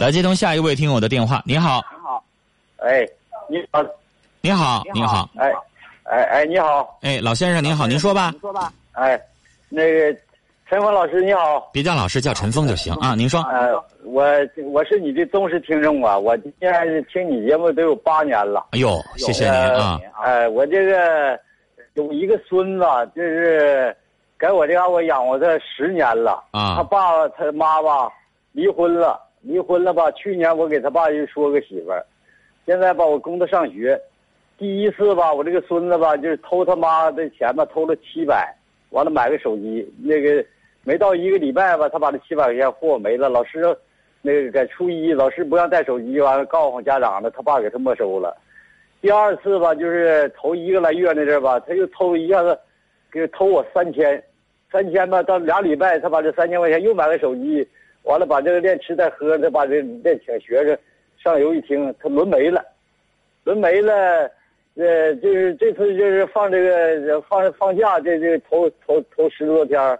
来接通下一位听友的电话。您好，你好，哎，你好，您好，您好，，哎，哎哎，你好，哎，老先生您好，您说吧你，说吧，哎，那个陈峰老师你好，别叫老师，叫陈峰就行啊。您说，呃，我我是你的忠实听众啊，我今天听你节目都有八年了，哎呦，谢谢您啊，哎，我这个有一个孙子，就是在我这嘎我养活他十年了，啊他爸爸他妈吧离婚了，离婚了吧，去年我给他爸又说个媳妇儿，现在吧我供他上学，第一次吧我这个孙子吧就是偷他妈的钱吧，偷了七百，完了买个手机，那个没到一个礼拜吧，他把这七百块钱货没了，老师。那个在初一，老师不让带手机，完了告诉家长了，他爸给他没收了。第二次吧，就是头一个来月那阵儿吧，他又偷一下子，给偷我三千，三千吧，到俩礼拜，他把这三千块钱又买个手机，完了把这个练吃带喝，他把这练请学生上游一听，他轮没了，轮没了，呃，就是这次就是放这个放放假这这个头头头十多天儿，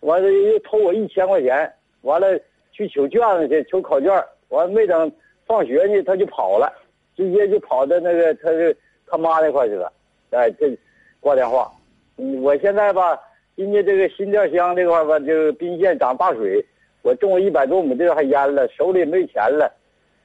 完了又偷我一千块钱，完了去求卷子去求考卷儿，完了没等放学呢，他就跑了。直接就跑到那个他是他妈那块去了，哎，这挂电话。嗯，我现在吧，今年这个新店乡这块吧，就是宾县涨大水，我种了一百多亩地还淹了，手里没钱了。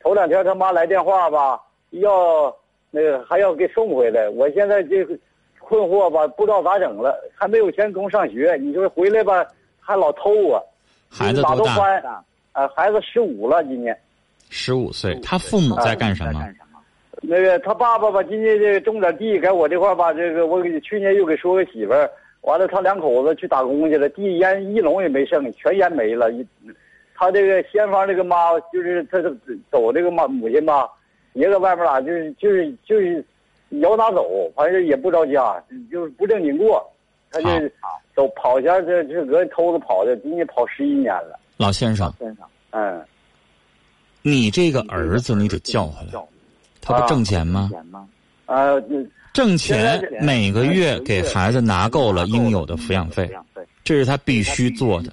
头两天他妈来电话吧，要那个还要给送回来，我现在这个困惑吧，不知道咋整了，还没有钱供上学，你说回来吧，还老偷我，孩子哪多都大？翻啊、孩子十五了，今年。十五岁，他父母在干什么？那个他爸爸吧，今年这个种点地，在我这块儿吧，这个我给去年又给说个媳妇儿，完了他两口子去打工去了，地淹一垄也没剩，全淹没了。一他这个先方这个妈，就是他的走这个妈母亲吧，也搁外面俩就是就是就是摇打走，反正也不着家，就是不正经过，他就走跑前这这搁偷着跑的，今年跑十一年了，老先生，嗯，你这个儿子你得叫回来，他不挣钱吗？呃，挣钱现在每个月给孩子拿够了应有的抚养费，这是他必须做的。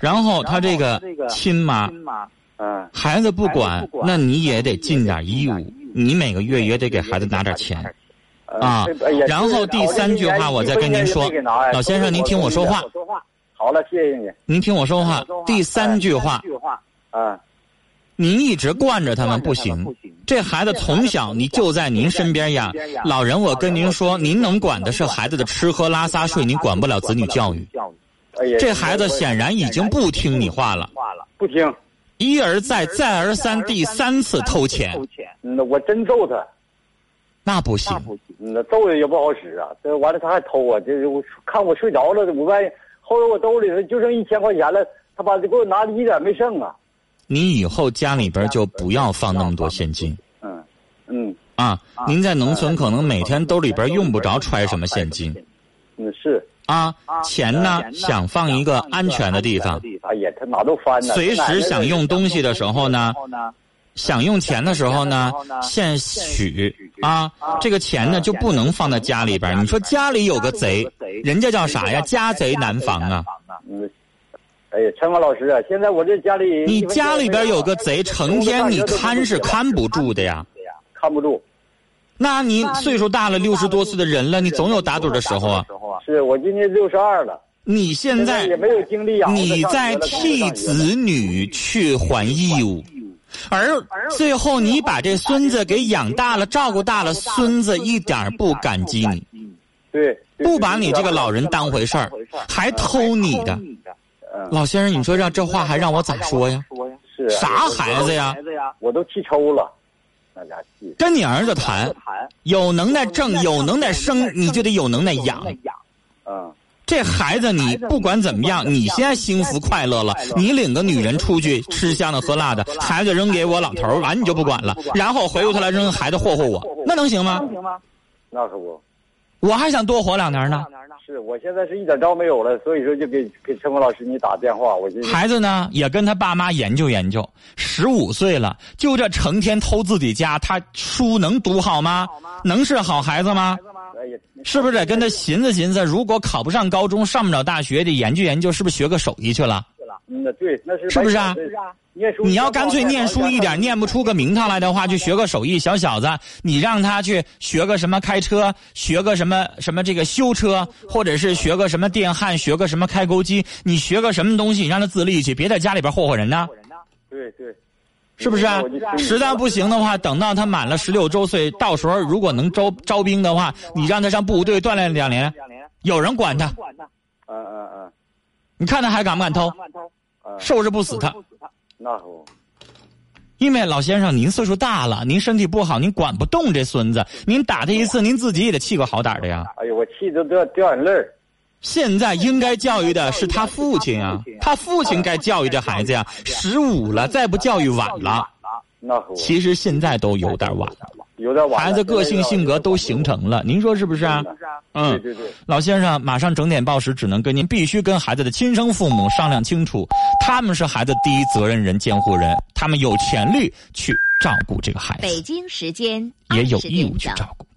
然后他这个亲妈，嗯孩子不孩子管不，管那你也得尽点义你也务得尽点义务，你每个月也得给孩子拿点钱。呃啊这哎呀然后第三句话我再跟您说这个拿呀老先生您听我说话好了，谢谢你。您听我说话哎我说话，啊第三句话，嗯，您一直惯着他他们们不不行行。。这孩子从小你就在您身边养，老人，我跟您说，您能管的是孩子的吃喝拉撒睡，您管不了子女教育。。哎呀，这孩子显然已经不听你话了，不听，一而再，再而三，第三次偷钱，那嗯我真揍他，那不行那。不行。那揍的也不好使啊。这完了他还偷我，这我看我睡着了，我万一后来我兜里头就剩一千块钱了，他把这给我拿的一点没剩啊。您以后家里边就不要放那么多现金嗯嗯啊！您在农村可能每天兜里边用不着揣什么现金嗯是，啊，钱呢想放一个安全的地方，哎呀，他哪都翻呢，随时想用东西的时候呢，想用钱的时候呢，现取啊，这个钱呢就不能放在家里边儿。你说家里有个贼，人家叫啥呀？家贼难防啊！！嗯。哎呀，陈芳老师啊，现在我这家里你家里边有个贼，成天你看是看不住的呀。看不住，那你岁数大了，六十多岁的人了，你总有打盹的时候啊。是我今年六十二了，你现在也没有精力养活他上学你了在替子女去还义务，而最后你把这孙子给养大了、照顾大了，孙子一点儿不感激你。对，对不把你这个老人当回事儿，呃还偷你的。嗯老先生，你说让这话还让我咋说呀？？是啊啥我孩子呀？我都气抽了，那家气跟你儿子谈，有能耐挣，有能耐生，你就得有能耐养。嗯，这孩子，你不管怎么样，你现在幸福快乐了，你领个女人出去吃香的喝辣的，孩子扔给我老头儿，完你就不管了，然后回过头来扔孩子霍霍我，那能行吗？行吗？那可不我还想多活两年呢。呢？是，我现在是一点招没有了，所以说就给给陈峰老师你打电话，我就孩子呢也跟他爸妈研究研究，十五岁了，就这成天偷自己家，他书能读好吗？能是好孩子吗？哎呀，是不是得跟他寻思寻思？如果考不上高中，上不了大学，得研究研究，是不是学个手艺去了？是了。嗯，对，那是是不是啊白扯的念书你要干脆念书一点，念不出个名堂来的话，去学个手艺。小小子，你让他去学个什么开车，学个什么什么这个修车，或者是学个什么电焊，学个什么开钩机，你学个什么东西，你让他自立去，别在家里边霍霍人呐，对对，是不是啊我就听？你实在不行的话，等到他满了十六周岁，到时候如果能招招兵的话，你让他上部队锻炼两年，有人管他，嗯嗯嗯，你看他还敢不敢偷？嗯，收拾不死他。那好，因为老先生，您岁数大了，您身体不好，您管不动这孙子。您打他一次，您自己也得气个好歹的呀。哎呦，我气得都要掉眼泪儿。现在应该教育的是他父亲啊，他父亲该教育这孩子呀。十五了，再不教育晚了。那好，其实现在都有点晚了，有点晚了。孩子个性性格都形行。成了，您说是不是啊？嗯对，对对，老先生，马上整点报时，只能跟您必须跟孩子的亲生父母商量清楚，他们是孩子第一责任人、监护人，他们有权利去照顾这个孩子，北京时间也有20义务点去整照顾。